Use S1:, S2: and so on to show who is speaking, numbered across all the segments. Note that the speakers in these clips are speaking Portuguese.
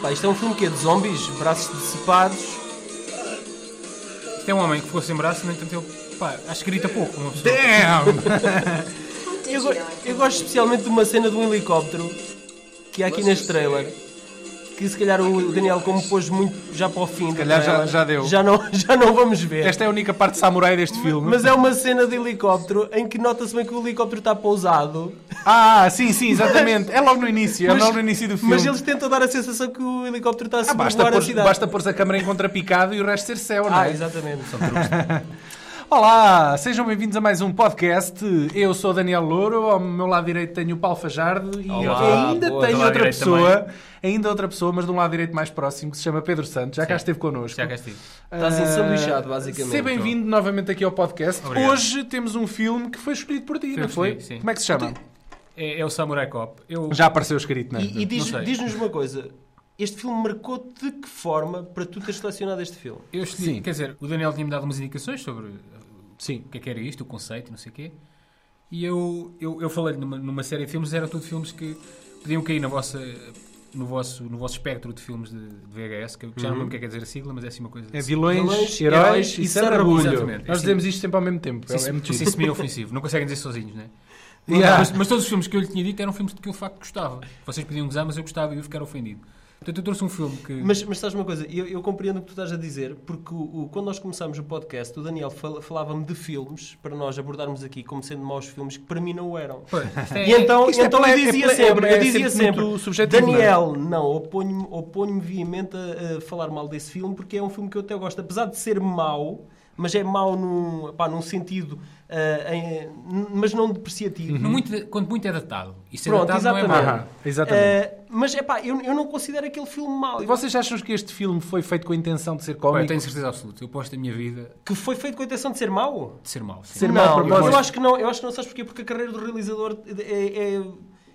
S1: Pá, isto é um filme que é de zombies, braços decepados.
S2: Isto é um homem que ficou sem braço, no entanto ele. Pá, acho que grita pouco. Uma pessoa. Damn!
S1: Eu, go- eu gosto especialmente de uma cena de um helicóptero que há aqui neste trailer. Que se calhar o Daniel, como pôs muito já para o fim, se
S2: calhar já- já deu.
S1: Já não, já não vamos ver.
S2: Esta é a única parte samurai deste filme.
S1: Mas é uma cena de helicóptero em que nota-se bem que o helicóptero está pousado,
S2: Ah, sim, sim, exatamente. É logo no início.
S1: Mas-
S2: é logo no início do filme.
S1: mas eles tentam dar a sensação que o helicóptero está a
S2: Ah,
S1: sobrevoar
S2: basta,
S1: a
S2: pôr,
S1: cidade.
S2: basta pôr a câmera em contrapicado e o resto ser céu, não
S1: Ah,
S2: é?
S1: exatamente.
S2: Olá, sejam bem-vindos a mais um podcast. Eu sou o Daniel Louro, ao meu lado direito tenho o Paulo Fajardo e
S3: Olá,
S2: ainda
S3: boa, do
S2: tenho
S3: lado
S2: outra
S3: direito
S2: pessoa, ainda outra pessoa, mas de um lado direito mais próximo, que se chama Pedro Santos, já cá esteve connosco.
S3: Já cá estive.
S1: Está assim,
S2: Ah,
S1: sanduichado, basicamente.
S2: Seja bem-vindo novamente aqui ao podcast.
S3: Obrigado.
S2: Hoje temos um filme que foi escolhido por ti,
S3: Foi
S2: não foi?
S3: escolhido, sim.
S2: Como é que se chama?
S4: É, é o Samurai Cop. Eu,
S2: Já apareceu escrito, não é?
S1: E, e diz-
S3: Não sei.
S1: diz-nos uma coisa: este filme marcou-te de que forma para tu ter selecionado este filme?
S4: eu escolhi-
S2: Sim.
S4: quer dizer, o Daniel tinha-me dado umas indicações sobre uh,
S2: Sim.
S4: o que é que era isto, o conceito, não sei o quê. E eu, eu, eu falei numa, numa série de filmes, eram tudo filmes que podiam cair na vossa, no, vosso, no vosso espectro de filmes de, de VHS, que eu já não lembro o que é que quer dizer a sigla, mas é assim uma coisa...
S2: É vilões,
S1: Vilões,
S2: heróis,
S1: heróis
S2: e
S1: e
S2: sarrabulho.
S4: Exatamente.
S2: Nós
S4: Sim.
S2: dizemos isto sempre ao mesmo tempo. É,
S4: Sim,
S2: é muito
S4: sim,
S2: giro.
S4: semi-ofensivo. Não conseguem dizer sozinhos, né?
S2: Yeah.
S4: Mas, mas todos os filmes que eu lhe tinha dito eram filmes de que eu de facto gostava. Vocês podiam gozar, mas eu gostava e eu ficar ofendido. Portanto, eu trouxe um filme que...
S1: Mas, mas sabes uma coisa, eu, eu compreendo o que tu estás a dizer, porque o, o- quando nós começámos o podcast, o Daniel fal- falava-me de filmes para nós abordarmos aqui como sendo maus filmes que para mim não o eram.
S4: Pô, isto é-
S1: E então,
S2: Isto é
S1: então
S2: ple-
S1: eu
S2: é
S1: dizia
S2: ple- é-
S1: sempre,
S2: é
S1: eu dizia
S2: sempre
S1: sempre,
S2: muito subjetivo, não é?
S1: Daniel, não, oponho-me oponho viamente a, a falar mal desse filme porque é um filme que eu até gosto, apesar de ser mau, mas é mau num, pá, num sentido, ah, em- mas não depreciativo.
S2: Uhum.
S4: No muito- quando muito é datado. E ser
S1: Pronto,
S4: datado não é
S1: exatamente.
S4: mau.
S2: Aham, exatamente.
S1: Ah, mas é pá, eu, eu não considero aquele filme mau.
S2: Vocês acham que este filme foi feito com a intenção de ser
S4: Pá, eu
S2: cómico?
S4: tenho certeza absoluta. Eu posto a minha vida
S1: Que foi feito com a intenção de ser mau?
S4: de ser mau. sim.
S2: Ser mau
S1: não,
S2: de propósito.
S1: eu acho que não, eu acho que não sabes porquê, porque a carreira do realizador é, é-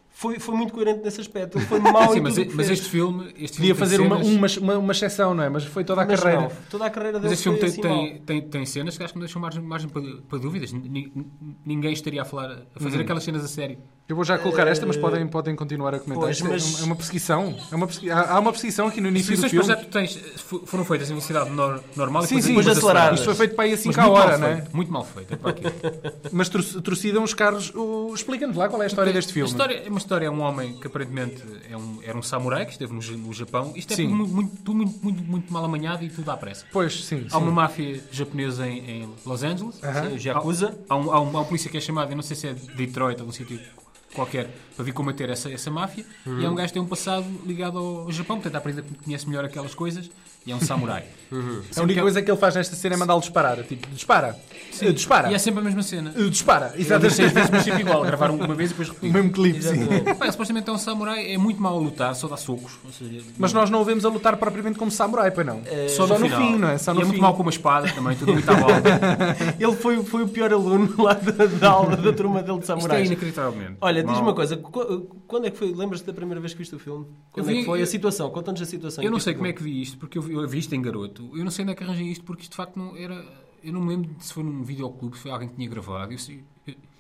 S1: foi, foi muito coerente nesse aspecto. Ele foi mau
S4: Sim,
S1: em
S4: mas,
S1: tudo o que
S4: mas
S1: fez.
S4: este filme... Este filme
S2: Podia
S4: tem
S2: fazer uma,
S4: cenas-
S2: uma, uma, uma exceção, não é? Mas foi toda a
S1: Mas
S2: carreira.
S1: não, toda a carreira
S4: Mas
S1: dele
S4: este filme
S1: foi
S4: tem,
S1: assim
S4: tem,
S1: mau.
S4: tem- tem cenas que acho que não deixam margem, margem para, para dúvidas. Ni- ni- Ninguém estaria a falar, a
S2: Uhum.
S4: fazer aquelas cenas a sério.
S2: Eu vou já colocar esta, mas podem,
S4: Eh,
S2: podem continuar a comentar.
S1: pois,
S2: Isto é
S1: mas-
S2: um- É uma perseguição. É uma persegui- Há há uma perseguição aqui no
S4: As
S2: início do filme.
S4: inscrições para já tu tens eh, fo- foram feitas em velocidade nor- normal e
S2: Sim, sim,
S1: depois
S4: depois
S1: aceleradas.
S2: isto foi feito para aí a 5
S4: Mas
S2: à
S4: muito
S2: hora,
S4: mal
S2: não é?
S4: feito, Muito mal feito. é para aquilo.
S2: Mas tro- torcidam os carros. o- Explica-nos lá qual é a história deste filme.
S4: A história, é uma história é um homem que aparentemente é um, era um samurai que esteve no, Ja- no Japão. Isto é
S2: Sim.
S4: tudo mu- muito, tudo muito, muito, muito mal amanhado e tudo à pressa.
S2: Pois, sim.
S4: Há uma
S2: sim.
S4: máfia japonesa em, em Los Angeles. eh,
S2: Aham.
S1: Sim, o Yakuza.
S4: Há, um, há, um, há um polícia que é chamado, eu não sei se é de Detroit ou de um sítio qualquer, para vir combater essa, essa máfia. E é um gajo que tem um passado ligado ao Japão, portanto, aprende, conhece melhor aquelas coisas. E é um samurai.
S2: A
S4: um
S2: única coisa que ele faz nesta cena é mandá-lo disparar. Tipo, dispara. Eh, Dispara.
S4: E é sempre a mesma cena.
S2: Eh, Dispara.
S4: Eu vi
S2: Exatamente.
S4: seis vezes, mas sempre igual. Gravar uma vez e depois
S2: O
S4: repetir.
S2: mesmo clipe, sim.
S1: Exatamente.
S4: Pá, supostamente é um samurai, é muito mau a lutar, só dá socos. Ou seja,
S2: Mas nós não o vemos a lutar propriamente como samurai, pois não?
S4: só, Eh, no,
S2: final.
S4: fim, não é? Só
S2: E
S4: no
S2: é
S4: fim.
S2: muito mau com
S4: uma espada também, tudo muito à volta.
S1: Ele foi, foi o pior aluno lá da, da aula da turma dele de
S4: Isto é
S1: samurais.
S4: inacreditavelmente.
S1: Olha, diz-me
S4: mau.
S1: uma coisa, qu- quando é que foi? Lembras-te da primeira vez que viste o filme? Quando é
S4: vi-
S1: que foi
S4: eu-
S1: a situação? Conta-nos a situação.
S4: Eu não sei como é que vi isto, porque eu vi, eu vi isto em garoto. Eu não sei onde é que arranjei isto, porque isto de facto não era. Eu não me lembro de se foi num videoclube, se foi alguém que tinha gravado. Eu sei,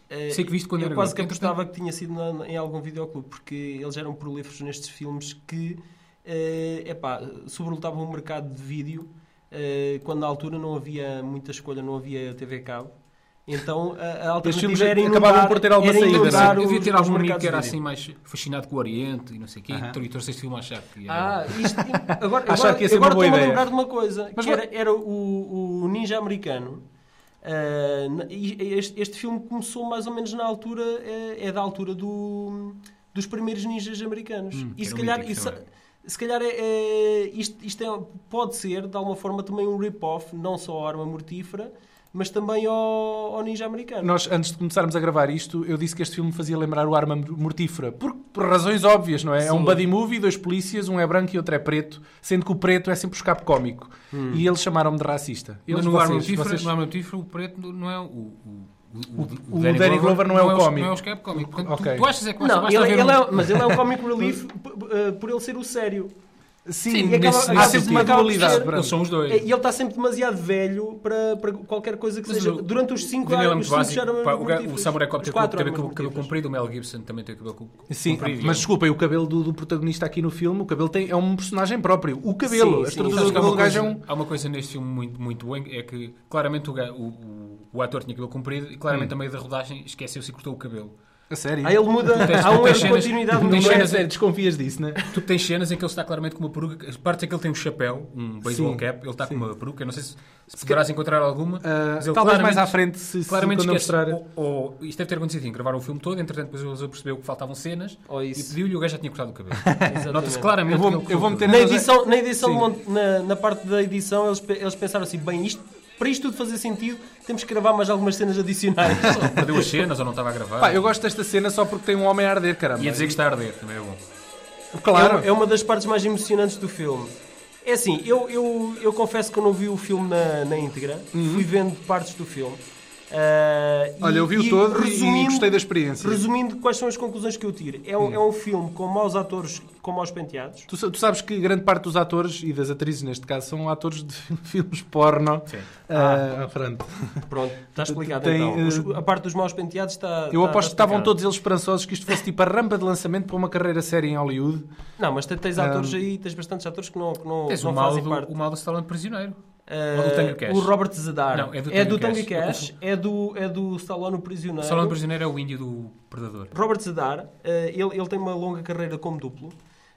S4: eu sei que vi isto quando
S1: Eh, eu
S4: era
S1: quase que
S4: garoto.
S1: apostava que tinha sido na- em algum videoclube, porque eles eram prolíferos nestes filmes que eh, epá, sobrelotavam o mercado de vídeo eh, quando na altura não havia muita escolha, não havia TV cabo. Então a, a
S2: filmes
S1: alternativa era inundar,
S2: acabavam por ter alguma
S1: era
S2: saída,
S4: Entretanto,
S1: inundar
S4: eu devia
S1: os-
S4: é? ter
S1: os
S4: algum amigo
S1: mercados
S4: que era
S1: de vídeo.
S4: assim mais fascinado com o Oriente e não sei o quê,
S2: Aham.
S4: e trouxe este filme a achar que era.
S1: Ah, isto, agora,
S2: Achar
S1: agora,
S2: que ia ser
S1: agora
S2: uma
S1: estou-me
S2: boa
S1: a
S2: ideia.
S1: lembrar de uma coisa,
S2: Mas
S1: que
S2: vai-
S1: era, era o, o ninja americano. Ah, na- e este, este filme começou mais ou menos na altura, eh, é, da altura do- dos primeiros ninjas americanos.
S2: Hum,
S1: e
S4: que
S1: se
S4: eram
S1: calhar,
S4: míticos
S1: e se-
S4: também.
S1: se calhar é, é- isto, isto é- pode ser, de alguma forma, também um rip-off, não só à arma mortífera, mas também ao, ao ninja americano.
S2: Nós, antes de começarmos a gravar isto, eu disse que este filme fazia lembrar o Arma Mortífera. Por, por razões óbvias, não é? É um buddy movie, dois polícias, um é branco e outro é preto, sendo que o preto é sempre o escape cómico. E eles chamaram-me de racista. Eles,
S4: Hum. Mas no
S2: vocês-
S4: Arma Mortífera,
S2: vocês-
S4: no Arma Mortífera, o preto não é o. O, o,
S2: o Danny Glover não é o cómico.
S4: Não é o escape cómico. Portanto,
S2: Ok.
S4: tu, tu achas é que basta,
S2: um-
S1: Não,
S4: basta
S1: ele,
S4: haver
S1: ele
S4: um-
S1: é, mas ele é um comic relief p- p- eh, por ele ser o sério.
S2: Sim,
S1: Sim, e
S2: nesse,
S1: acaba-
S2: nesse
S1: acaba-
S2: tipo de uma
S1: acaba por
S2: dualidade.
S1: ser-
S2: pronto.
S4: Eles são os dois.
S1: É, E ele está sempre demasiado velho para, para qualquer coisa que
S4: Mas
S1: seja.
S4: o-
S1: Durante os 5
S4: Daniel é
S1: anos,
S4: muito
S1: um os cinco já
S4: básico.
S1: eram
S4: Pá, o, ga-
S1: mortíferos.
S4: o Samurai Cop
S1: Os
S4: teve,
S1: quatro
S4: teve
S1: eram
S4: cabelo, cabelo
S1: mortíferos.
S4: comprido, o Mel Gibson também tem cabelo cu- comprido. é um
S2: Sim, mas desculpem, o cabelo do, do protagonista aqui no filme, o cabelo tem, é um personagem próprio. O cabelo,
S1: Sim,
S2: a
S1: sim.
S2: estrutura
S4: Sabes
S2: do
S4: que há, uma
S2: cabelo do gajo
S4: coisa,
S2: é um.
S4: há uma coisa neste filme muito, muito boa, é que claramente o, ga- o, o, o ator tinha cabelo comprido e claramente
S2: Hum.
S4: a meio da rodagem esqueceu-se e cortou o cabelo.
S2: A sério.
S1: Ah, ele muda.
S4: tens-
S1: Há um
S4: tu
S1: erro
S4: tens
S1: de
S4: cenas-
S1: continuidade.
S4: tu
S1: não
S4: tens
S1: é?
S2: Não é
S4: cenas-
S2: sério, desconfias disso, né?
S4: Tu tens cenas em que ele está claramente com uma peruca, as partes em que ele tem um chapéu, um baseball cap, ele está com uma peruca, eu não sei se, se poderás encontrar alguma.
S2: Ah,
S4: mas ele
S2: talvez
S4: claramente-
S2: mais à frente, se, se
S4: Claramente
S2: quando eu
S4: esquece,
S2: mostrar.
S4: ou, ou- isto deve ter acontecido em gravar o filme todo, entretanto depois ele percebeu que faltavam cenas
S1: Ou
S4: e
S1: isso.
S4: pediu-lhe e o gajo já tinha cortado o cabelo.
S1: Exatamente.
S4: Nota-se claramente
S2: Eu vou-
S4: que ele cortou
S2: eu vou
S4: o
S2: meter
S4: cabelo.
S1: Na edição, na, edição
S2: Sim.
S1: de mont- na, na parte da edição, eles, pe- eles pensaram assim: bem, isto, para isto tudo fazer sentido, temos que gravar mais algumas cenas adicionais.
S4: Ou Perdeu as cenas ou não estava a gravar.
S2: Pá, eu gosto desta cena só porque tem um homem a arder, caramba.
S4: Ia dizer que está a arder, também é bom.
S2: Claro.
S1: É, uma- é uma das partes mais emocionantes do filme. É assim, eu, eu, eu confesso que eu não vi o filme na, na íntegra, fui vendo partes do filme. Ah, e-
S2: Uhum. Olha, eu vi
S1: e
S2: o todo e
S1: resumindo-
S2: gostei da experiência. Hum.
S1: Resumindo, quais são as conclusões que eu tiro? É um, é um filme com maus atores, com maus penteados.
S2: Tu, sa- tu sabes que grande parte dos atores e das atrizes, neste caso, são atores de filmes porno.
S4: Sim.
S2: Ah, pronto.
S1: Pronto, está explicado
S2: Tem,
S1: então.
S2: eh,
S1: Os- a parte dos maus penteados está.
S2: Eu
S1: está-
S2: aposto que
S1: está
S4: Tá
S2: estavam
S1: explicada.
S2: todos eles esperançosos que isto fosse tipo a rampa de lançamento para uma carreira séria em Hollywood.
S1: Não, mas te- tens atores
S2: Ah.
S1: aí, tens bastantes atores que não, que não,
S4: Tens
S1: não
S4: o mal,
S1: fazem
S4: do,
S1: parte.
S4: o mal do Stallone prisioneiro.
S1: Eh,
S4: Ou do Tango Cash.
S1: o Robert Zedar.
S4: Não, é do
S1: é
S4: Tango
S1: do Tango
S4: Cash.
S1: Cash, é do, é do Stallone o
S4: O
S1: Prisioneiro.
S4: Stallone prisioneiro é o índio do Predador.
S1: Robert Zedar, eh, ele, ele tem uma longa carreira como duplo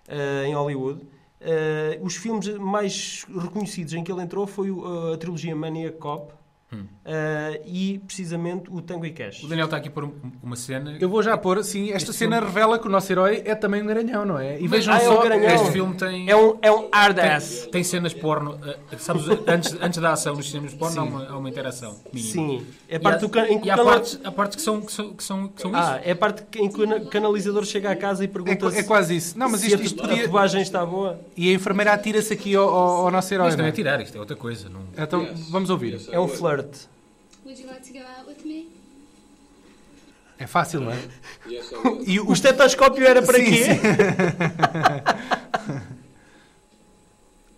S1: eh, em Hollywood. Eh, os filmes mais reconhecidos em que ele entrou foi o- eh, a trilogia Maniac Cop eh, e, precisamente, o Tango e Cash.
S4: Hum. O Daniel está aqui por um- uma cena.
S2: Eu vou já pôr, sim, esta
S4: Este
S2: cena revela que o nosso herói é também um garanhão, não é? E
S4: Mas-
S2: vejam
S1: Ah, é um
S2: só.
S1: garanhão.
S2: este
S4: Este
S1: Não.
S2: filme.
S4: filme tem.
S1: É um, é um hard ass.
S4: tem, tem cenas porno. eh, sabes, antes, antes da ação nos cinemas porno há uma, há uma interação. mínima.
S1: Sim. É a
S4: E
S1: parte
S4: há-
S1: do can- em que
S4: E
S1: o
S4: há
S1: canal-
S4: partes, há partes que são, que são, que são, que são
S1: Ah, é a parte que- em que o ana- canalizador chega à casa e
S2: É,
S1: pergunta
S2: qu-
S1: se,
S2: é quase isso. Não, mas
S1: se
S2: isto,
S1: a,
S2: isto
S1: tu- a
S2: podia.
S1: tatuagem está boa.
S2: E a enfermeira atira-se aqui ao, ao- ao nosso
S4: isso.
S2: herói.
S4: Isto não é
S2: não é?
S4: tirar, isto é outra coisa. Não...
S2: Então vamos ouvir.
S1: É um flirt.
S3: Would you like to go out with me?
S2: É fácil, não é? E o,
S1: O estetoscópio era para
S2: Sim,
S1: quê?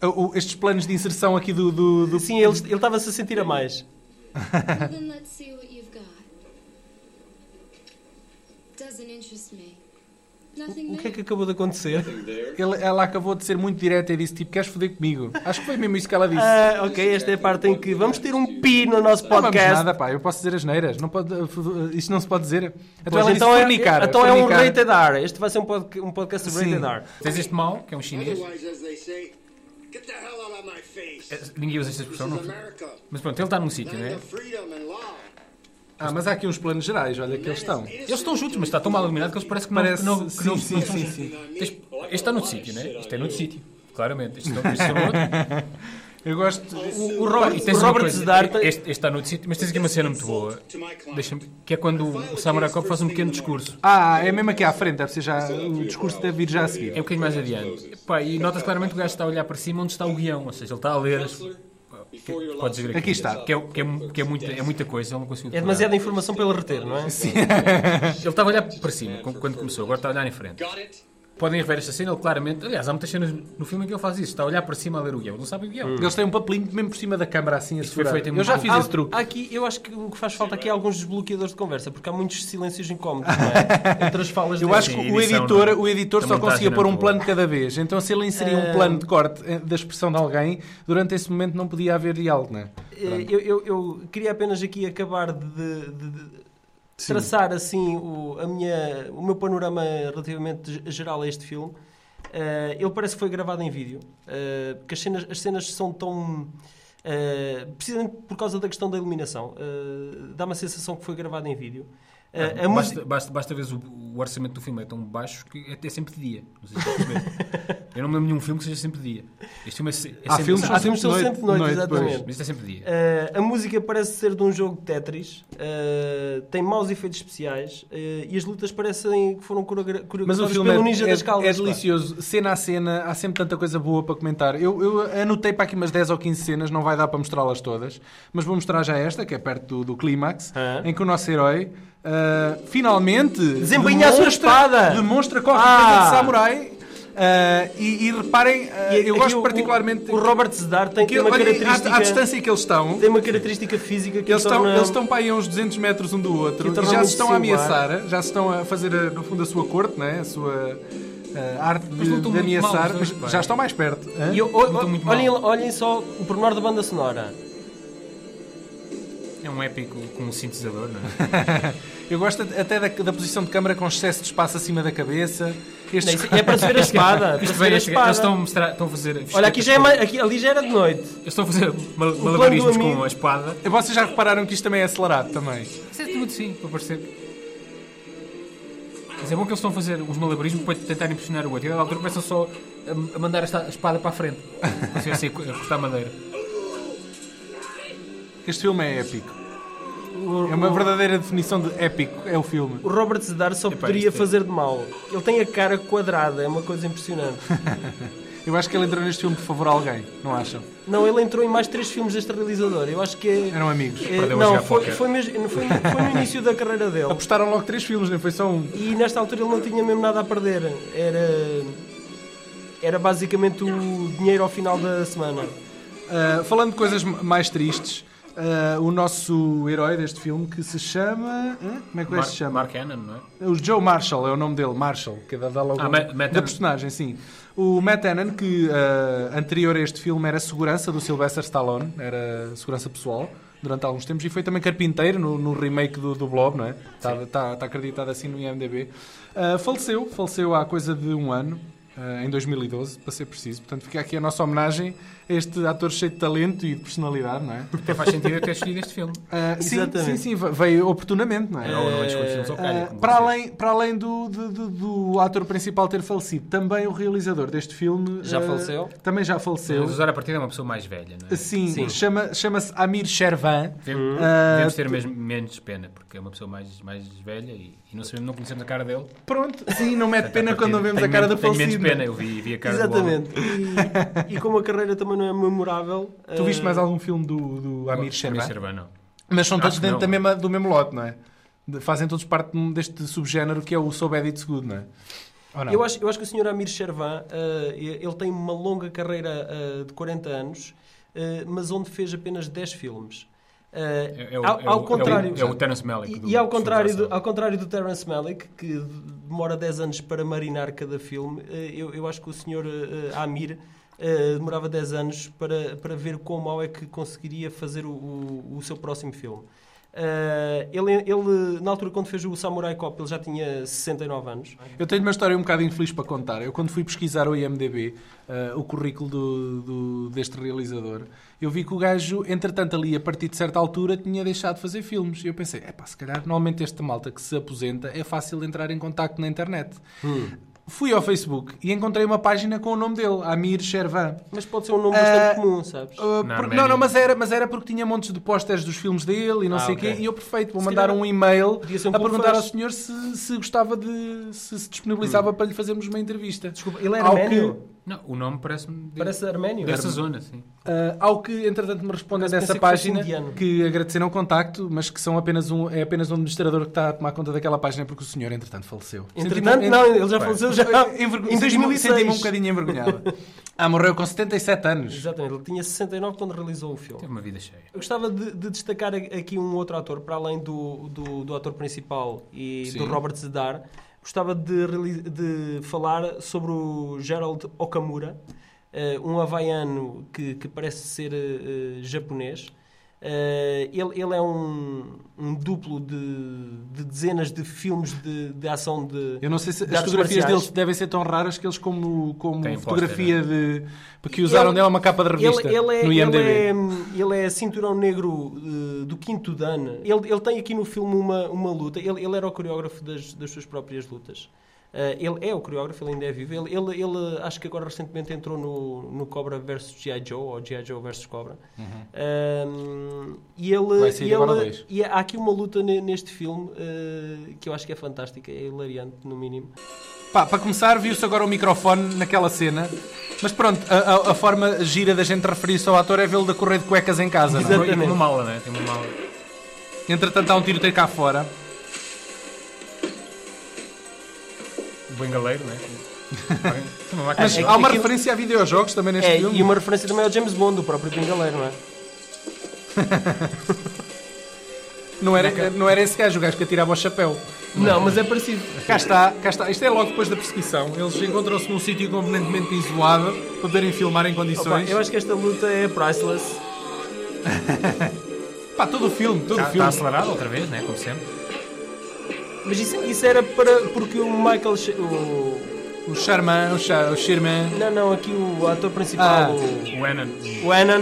S2: o- o- estes planos de inserção aqui do. do, do-
S1: Sim, ele ele estava-se a sentir a mais.
S3: well, then let's see what you've got. Doesn't interest me. Nothing
S1: O que é
S3: there.
S1: que acabou de acontecer?
S2: ele- ela acabou de ser muito direta e disse tipo: Queres foder comigo? Acho que foi mesmo isso que ela disse.
S1: Ah, ok, esta é a parte em que vamos ter um pi no nosso
S2: Não vamos
S1: podcast.
S2: nada, pá. Eu posso dizer as neiras. Não pode, isto não se pode dizer. Então
S1: Pois,
S2: ela disse
S1: então, é,
S2: fornicar.
S1: então é um
S2: fornicar.
S1: rated R. Este vai ser um, podca- um podcast
S2: Sim.
S1: rated R.
S4: Tens este mal, que é um chinês.
S5: Otherwise, as they say, get the hell out of my face.
S4: Eh, Ninguém usa esta
S5: This is
S4: expressão. Não...
S5: America,
S4: Mas pronto, ele está num sítio, não
S5: land
S4: é?
S5: of freedom and law.
S2: Ah, mas há aqui uns planos gerais. Olha que eles estão.
S5: It's
S4: Eles estão juntos, mas tá tipo, está tão mal iluminado que eles parecem que não,
S2: Parece-
S4: que não, que
S2: sim,
S4: não-
S2: sim,
S4: não são
S2: sim,
S4: juntos.
S5: sim.
S4: Este, este está noutro sítio, né? Isto é noutro sítio. Claramente. Este não- este é outro.
S2: Eu gosto.
S4: O Robert,
S1: o Robert Zedar tem-
S4: é, Este, este está noutro sítio, mas tens aqui uma cena é muito boa.
S5: To my client.
S4: Deixa-me- Que é quando o Samurai Cop faz um pequeno discurso.
S2: Ah, é mesmo aqui à frente. Deve ser já. O discurso deve vir já a seguir.
S4: É um bocadinho mais adiante. Pá, e nota-se claramente que o gajo está a olhar para cima onde está o guião. Ou seja, ele está a ler. as- Podes ver aqui.
S2: Aqui está.
S4: Que é, que é- que é muita, é muita coisa, ele não conseguiu
S1: É
S4: decorar.
S1: demasiada informação para ele reter, não é? Sim.
S4: Ele estava a olhar para cima com- quando começou, agora está a olhar em frente.
S5: Got it?
S4: Podem rever esta cena, ele claramente. Aliás, há muitas cenas no filme em que ele faz isso. Está a olhar para cima a ler o guião. Ele não sabe o guião.
S2: Eles têm um papelinho mesmo por cima da câmara assim a
S4: Isto foi
S2: segurar.
S4: feito em
S2: Eu já
S4: muito-
S2: fiz esse truque.
S1: Aqui, eu acho que o que faz falta aqui é alguns desbloqueadores de conversa, porque há muitos silêncios incómodos, não é? Entre as falas
S2: Eu
S1: dele.
S2: acho que
S4: Sim,
S2: o
S4: edição,
S2: editor,
S4: não é?
S2: o editor só
S4: Também
S2: conseguia
S4: está
S2: pôr um
S4: girando.
S2: plano de cada vez. Então, se ele inseria um plano de corte eh, da expressão de alguém, durante esse momento não podia haver diálogo, não é?
S1: Eh, Eu, eu- eu queria apenas aqui acabar de, de- de traçar assim o, a minha, o meu panorama relativamente ge- geral a este filme. Eh, ele parece que foi gravado em vídeo, eh, porque as cenas, as cenas são tão. eh, precisamente por causa da questão da iluminação, eh, dá uma sensação que foi gravado em vídeo. Eh,
S2: Ah,
S1: a música-
S4: Ah, Basta, basta, basta ver o, o orçamento do filme é tão baixo que é, é sempre de dia. Não sei se estão a perceber. Eu não me lembro de nenhum filme que seja sempre de dia. Este filme é, se- é
S2: Há
S4: sempre
S2: filmes-
S4: de
S1: há
S4: dia.
S1: filmes que são
S2: noite-
S1: sempre de noite,
S2: noite, pois.
S1: exatamente.
S4: Mas isto é sempre de dia.
S1: Uh, a música parece ser de um jogo de Tetris, uh, tem maus efeitos especiais uh, e as lutas parecem que foram coreogra-
S2: Mas o
S1: coreografadas
S2: filme é,
S1: pelo Ninja
S2: é-
S1: das Caldas.
S2: é
S1: pá.
S2: delicioso, cena a cena, há sempre tanta coisa boa para comentar. Eu, eu anotei para aqui umas 10 ou 15 cenas, não vai dar para mostrá-las todas, mas vou mostrar já esta, que é perto do, do clímax,
S1: Ah.
S2: em que o nosso herói ah, finalmente
S1: Desempenha a sua
S2: demonstra-
S1: espada.
S2: Demonstra qualquer
S1: Ah.
S2: coisa de samurai. Ah, e, e reparem, ah, eu
S1: aqui
S2: gosto
S1: o-
S2: particularmente.
S1: O, o Robert Zedar tem,
S2: que-
S1: tem uma
S2: olhem, à-
S1: característica.
S2: à, distância que eles estão,
S1: Tem uma característica física que
S2: eles
S1: o
S2: estão,
S1: torna-
S2: eles estão para aí a uns 200 metros um do outro
S1: Que
S2: e
S1: é torna
S2: já
S1: muito
S2: se estão a
S1: singular.
S2: ameaçar, já se estão a fazer, a- no fundo, a sua corte, né? a sua ah, arte
S4: Mas
S2: de,
S4: lutam
S2: de
S4: muito mal
S2: ameaçar,
S4: os
S2: mas
S4: dois, pá.
S2: já estão mais perto. hã?
S1: E o- o-
S4: Lutam muito
S1: olhem,
S4: mal.
S1: olhem só o pormenor da banda sonora.
S4: É um épico com um sintetizador, não é?
S2: Eu gosto até da, da posição de câmara com excesso de espaço acima da cabeça.
S1: Não,
S2: Estes
S1: isso é para se ver a espada. para
S4: Isto
S1: se
S4: vem
S1: ver a
S4: a chegar- Eles
S1: espada.
S4: estão a mostrar, estão a fazer.
S1: Olha, aqui já é, ma- aqui, ali já era de noite.
S4: Eles estão a fazer mal-
S1: do
S4: malabarismos
S1: amigo.
S4: com a espada.
S2: Vocês já repararam que isto também é acelerado também.
S4: Isso é tudo sim, para parecer. Mas é bom que eles estão a fazer uns malabarismos para tentar impressionar o outro. E a dada altura começam só a- a mandar esta- a espada para a frente. Assim, assim, a cortar madeira.
S2: Este filme é épico. É uma verdadeira definição de épico, é o filme.
S1: O Robert Zedar só poderia
S4: isto é-
S1: fazer de mal. Ele tem a cara quadrada, é uma coisa impressionante.
S2: Eu acho que ele entrou neste filme por favor a alguém, não acham?
S1: Não, ele entrou em mais três filmes deste realizador. Eu acho que é.
S2: Eram amigos.
S1: é-
S4: Perdeu a
S1: não,
S4: jogar
S1: foi,
S4: póquer.
S1: foi, mesmo, foi, no- foi no início da carreira dele.
S2: Apostaram logo três filmes, nem foi só um.
S1: E nesta altura ele não tinha mesmo nada a perder. Era. Era basicamente o dinheiro ao final da semana.
S2: Ah, falando de coisas m- mais tristes, ah, o nosso herói deste filme que se chama. hã? Como é que ele
S4: Mar-
S2: se chama?
S4: Mark Cannon, não é?
S2: O Joe Marshall é o nome dele, Marshall, que dá dá logo
S4: Ah,
S2: o-
S4: Ma- Matt
S2: da
S4: Hannon.
S2: personagem, sim. O Matt Hannon, que ah, anterior a este filme era segurança do Sylvester Stallone, era segurança pessoal durante alguns tempos e foi também carpinteiro no, no remake do, do Blob, não é? Está acreditado assim no IMDb. Ah, faleceu, faleceu há coisa de um ano, ah, em 2012, para ser preciso. Portanto, fica aqui a nossa homenagem a este ator cheio de talento e de personalidade, não é?
S4: Até faz sentido eu ter escolhido este filme.
S2: Ah, sim,
S1: Exatamente.
S2: sim, sim, veio oportunamente, não é?
S4: Não, não é escolher filmes ao calho,
S2: Ah,
S4: como
S2: para
S4: vocês.
S2: além, para além do, do, do- do ator principal ter falecido, também o realizador deste filme
S1: Já
S2: ah,
S1: faleceu?
S2: Também já
S4: Eu...
S2: faleceu.
S4: Usar a partida é uma pessoa mais velha, não é?
S2: Sim,
S1: Sim.
S2: chama- chama-se Amir Shervan.
S4: Devemos,
S2: Ah,
S4: devemos ter mesmo menos pena, porque é uma pessoa mais, mais velha e, e não sabemos, não conhecemos a cara dele.
S2: Pronto, sim, não mete É pena
S4: Portanto,
S2: quando não
S4: tenho-
S2: vemos a
S4: tenho
S2: cara do
S4: menos- Tenho
S2: falecido. é?
S4: menos pena, eu vi, vi a cara
S1: Exatamente.
S4: do
S1: E, e como a carreira também não é memorável.
S2: Tu viste
S1: eh,
S2: mais algum filme do, do
S4: homem.
S2: Amir Shervan?
S4: Sherbano.
S2: Mas são todos
S4: Acho que
S2: dentro
S4: não.
S2: da mesma, do mesmo lote, não é? De- Fazem todos parte deste subgénero que é o So Bad It's Good, não é? Ou não?
S1: Eu acho, eu acho que o Sr. Amir Shervan, eh, ele tem uma longa carreira eh, de 40 anos, eh, mas onde fez apenas 10 filmes. Eh,
S4: É, é o,
S1: ao,
S4: é o-
S1: ao
S4: é o-
S1: contrário,
S4: É o Terence Malick. do-
S1: e, e ao
S4: do
S1: contrário, do,
S4: Superman.
S1: ao contrário do Terence Malick, que demora 10 anos para marinar cada filme, eh, eu, eu acho que o Sr. eh, Amir eh, demorava 10 anos para, para ver quão mal é que conseguiria fazer o, o- o seu próximo filme. Eh, ele, ele, na altura, quando fez o Samurai Cop, ele já tinha 69 anos.
S2: Eu tenho uma história um bocado infeliz para contar. Eu, quando fui pesquisar o IMDB, eh, o currículo do- do- deste realizador, eu vi que o gajo, entretanto, ali, a partir de certa altura, tinha deixado de fazer filmes. E eu pensei, epá, se calhar, normalmente esta malta que se aposenta é fácil de entrar em contacto na internet. Fui ao Facebook e encontrei uma página com o nome dele, Amir Shervan.
S1: Mas pode ser um nome
S2: Ah,
S1: bastante comum, sabes?
S2: Uh,
S4: Na
S2: porque-
S4: Arménia.
S2: não, não, mas era, mas era porque tinha montes de posters dos filmes dele e não
S1: Ah,
S2: sei o
S1: ok.
S2: quê. E eu, perfeito, vou
S1: Se
S2: mandar
S1: calhar
S2: um e-mail
S1: podia ser um
S2: a
S1: clube
S2: perguntar ao
S1: fãs.
S2: senhor se, se gostava de. se se disponibilizava
S1: Hum.
S2: para lhe fazermos uma entrevista.
S1: Desculpa, ele é
S2: Ao
S1: arménio?
S2: que-
S4: Não, o nome parece-me de-
S1: Parece arménio?
S4: dessa zona, sim.
S2: Ah, ao que, entretanto, me respondem
S1: Por acaso
S2: dessa
S1: pensei que fosse
S2: página
S1: indiano.
S2: que agradeceram o contacto, mas que são apenas um, é apenas um administrador que está a tomar conta daquela página porque o senhor, entretanto, faleceu.
S1: Entretanto,
S2: Senti-me- um
S1: não, ele já faleceu já,
S2: Envergo-
S1: em
S2: Eh, senti-me-
S1: 2006.
S2: Senti-me um bocadinho envergonhado. Ah, morreu com 77 anos.
S1: Exatamente, ele tinha 69 quando realizou o filme.
S4: Teve uma vida cheia.
S1: Eu gostava de, de destacar a- aqui um outro ator, para além do, do, do ator principal e
S2: Sim.
S1: do Robert Zedar. Gostava de, reali- de falar sobre o Gerald Okamura, eh, um havaiano que, que parece ser eh, eh, japonês. Eh, ele, ele é um, um duplo de, de dezenas de filmes de, de ação de.
S2: Eu não sei se
S1: de
S2: as
S1: artes
S2: fotografias
S1: marciais.
S2: deles devem ser tão raras que eles, como, como
S4: Têm
S2: fotografia de. Porque
S1: né? Ele-
S2: usaram dela uma capa de revista
S1: Ele, ele é,
S2: no IMDb.
S1: Ele é, hum, ele é cinturão negro eh, do quinto dan. Ele, ele tem aqui no filme uma, uma luta. Ele, ele era o coreógrafo das, das suas próprias lutas. Eh, ele é o coreógrafo, ele ainda é vivo. Ele, ele, ele acho que agora recentemente entrou no, no Cobra vs G.I. Joe ou G.I. Joe vs Cobra. Hum, e ele,
S2: Uhum. Vai sair
S1: e
S2: agora
S1: ele-
S2: dois.
S1: e há aqui uma luta ne- neste filme eh, que eu acho que é fantástica, é hilariante no mínimo.
S2: Pá, para começar, viu-se agora o microfone naquela cena. Mas pronto, a, a- a forma gira da gente referir-se ao ator é vê-lo da correr de cuecas em casa. não é?
S1: Exatamente.
S4: Tem uma mala, não é? Tem uma mala.
S2: Entretanto, há um tiroteio cá fora.
S4: O um bengaleiro, não é? Tem uma máquina
S2: Mas
S4: de
S1: é-
S4: choque.
S2: há uma
S1: aquilo-
S2: referência a videojogos também neste
S1: É,
S2: filme.
S1: e uma referência também ao James Bond, o próprio Pingaleiro, não é?
S2: não, era, não era esse gajo, o gajo que atirava o chapéu.
S1: Não, mas é parecido.
S2: Cá está, cá está. Isto é logo depois da perseguição. Eles encontram-se num sítio convenientemente isolado para poderem filmar em
S1: Opa,
S2: condições.
S1: eu acho que esta luta é priceless.
S2: Pá, todo o filme, todo o
S4: Está
S2: filme.
S4: está tá acelerado outra vez, né? como sempre.
S1: Mas isso, isso era para. porque o Michael. Sh- o-
S2: O Sherman, o, Sha- o Sherman.
S1: não, não, aqui o ator principal,
S2: Ah.
S1: o-
S4: O Anan.
S1: o, Anan,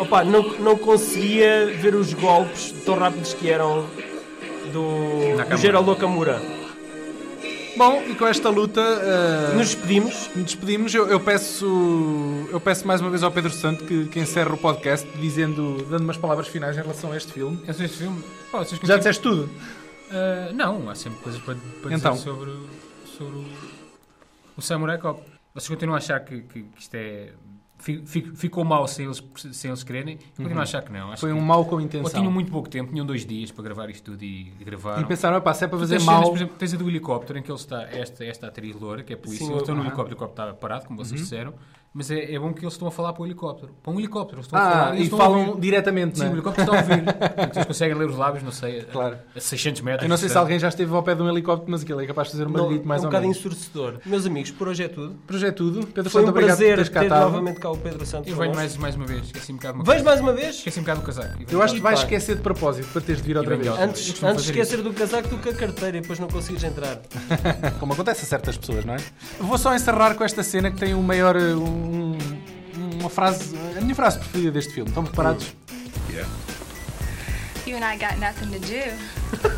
S1: opa, não, não conseguia ver os golpes tão rápidos que eram do,
S4: Nakamura.
S1: do Geraldo Okamura.
S2: Bom, e com esta luta ah,
S1: Nos despedimos.
S2: nos despedimos. Eu, eu peço, eu peço mais uma vez ao Pedro Santo que, que encerre o podcast dizendo, dando umas palavras finais em relação a este filme.
S4: Eu sou este filme. Pá, vocês
S2: Já
S4: conseguem-
S2: disseste tudo?
S4: Ah, não, há sempre coisas para, para
S2: Então.
S4: dizer sobre, o- sobre o, o Samurai Cop. Vocês continuam a achar que, que, que isto é. fi- fi- Ficou mal sem eles, sem eles quererem? Eu Continuo a achar que não. Acho
S2: Foi
S4: que-
S2: um mal com
S4: Ou
S2: intenção.
S4: tinham muito pouco tempo, tinham dois dias para gravar isto tudo e gravaram.
S2: E pensaram, "Epá, se é para
S4: Tu
S2: fazer
S4: tens
S2: mal.
S4: cenas, por exemplo, tens a do helicóptero em que ele está, esta, esta atriz loura, que é polícia,
S1: Sim,
S4: eles estão no
S2: aham. Uhum.
S4: helicóptero, o helicóptero está parado, como vocês disseram, mas é, é bom que eles estão a falar para o helicóptero. Para um helicóptero, eles estão a
S2: ah,
S4: falar
S2: e
S4: eles estão a
S2: falam
S4: ouvir.
S2: diretamente,
S4: Sim, o
S2: não é?
S4: helicóptero está a ouvir. Portanto, Eles conseguem ler os lábios, não sei, a-
S2: Claro.
S4: a 600 metros.
S2: Eu não sei se
S4: portanto.
S2: alguém já esteve ao pé de um helicóptero, mas aquilo é capaz de fazer É. um barulhito mais
S1: é um
S2: ou
S1: bocado
S2: menos.
S1: ensurdecedor. Meus amigos, por hoje é tudo.
S2: Projeto é tudo. Pedro
S1: Foi
S2: Santo,
S1: um
S2: obrigado por
S1: prazer
S2: teres cá
S1: ter
S2: estado.
S1: novamente cá o Pedro Santos.
S4: Eu venho
S1: connosco.
S4: mais, mais uma vez, esqueci-me um bocado uma
S1: Vens
S4: coisa.
S1: mais uma vez?
S4: Esqueci-me um bocado do casaco. E venho-
S2: Eu acho que vais
S1: Muito bem.
S2: esquecer de propósito para teres de vir outra
S4: E bem,
S2: vez.
S4: ó.
S1: Antes,
S4: Eu costumo
S1: antes
S4: fazer
S1: esquecer do casaco do que a carteira e depois não conseguires entrar.
S2: Como acontece a certas pessoas, não é? Vou só encerrar com esta cena que tem um maior. eh, um- uma frase. A minha frase preferida deste filme. Estão preparados?
S6: You and I got nothing to do.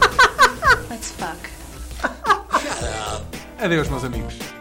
S6: Let's fuck.
S2: Adeus, meus amigos.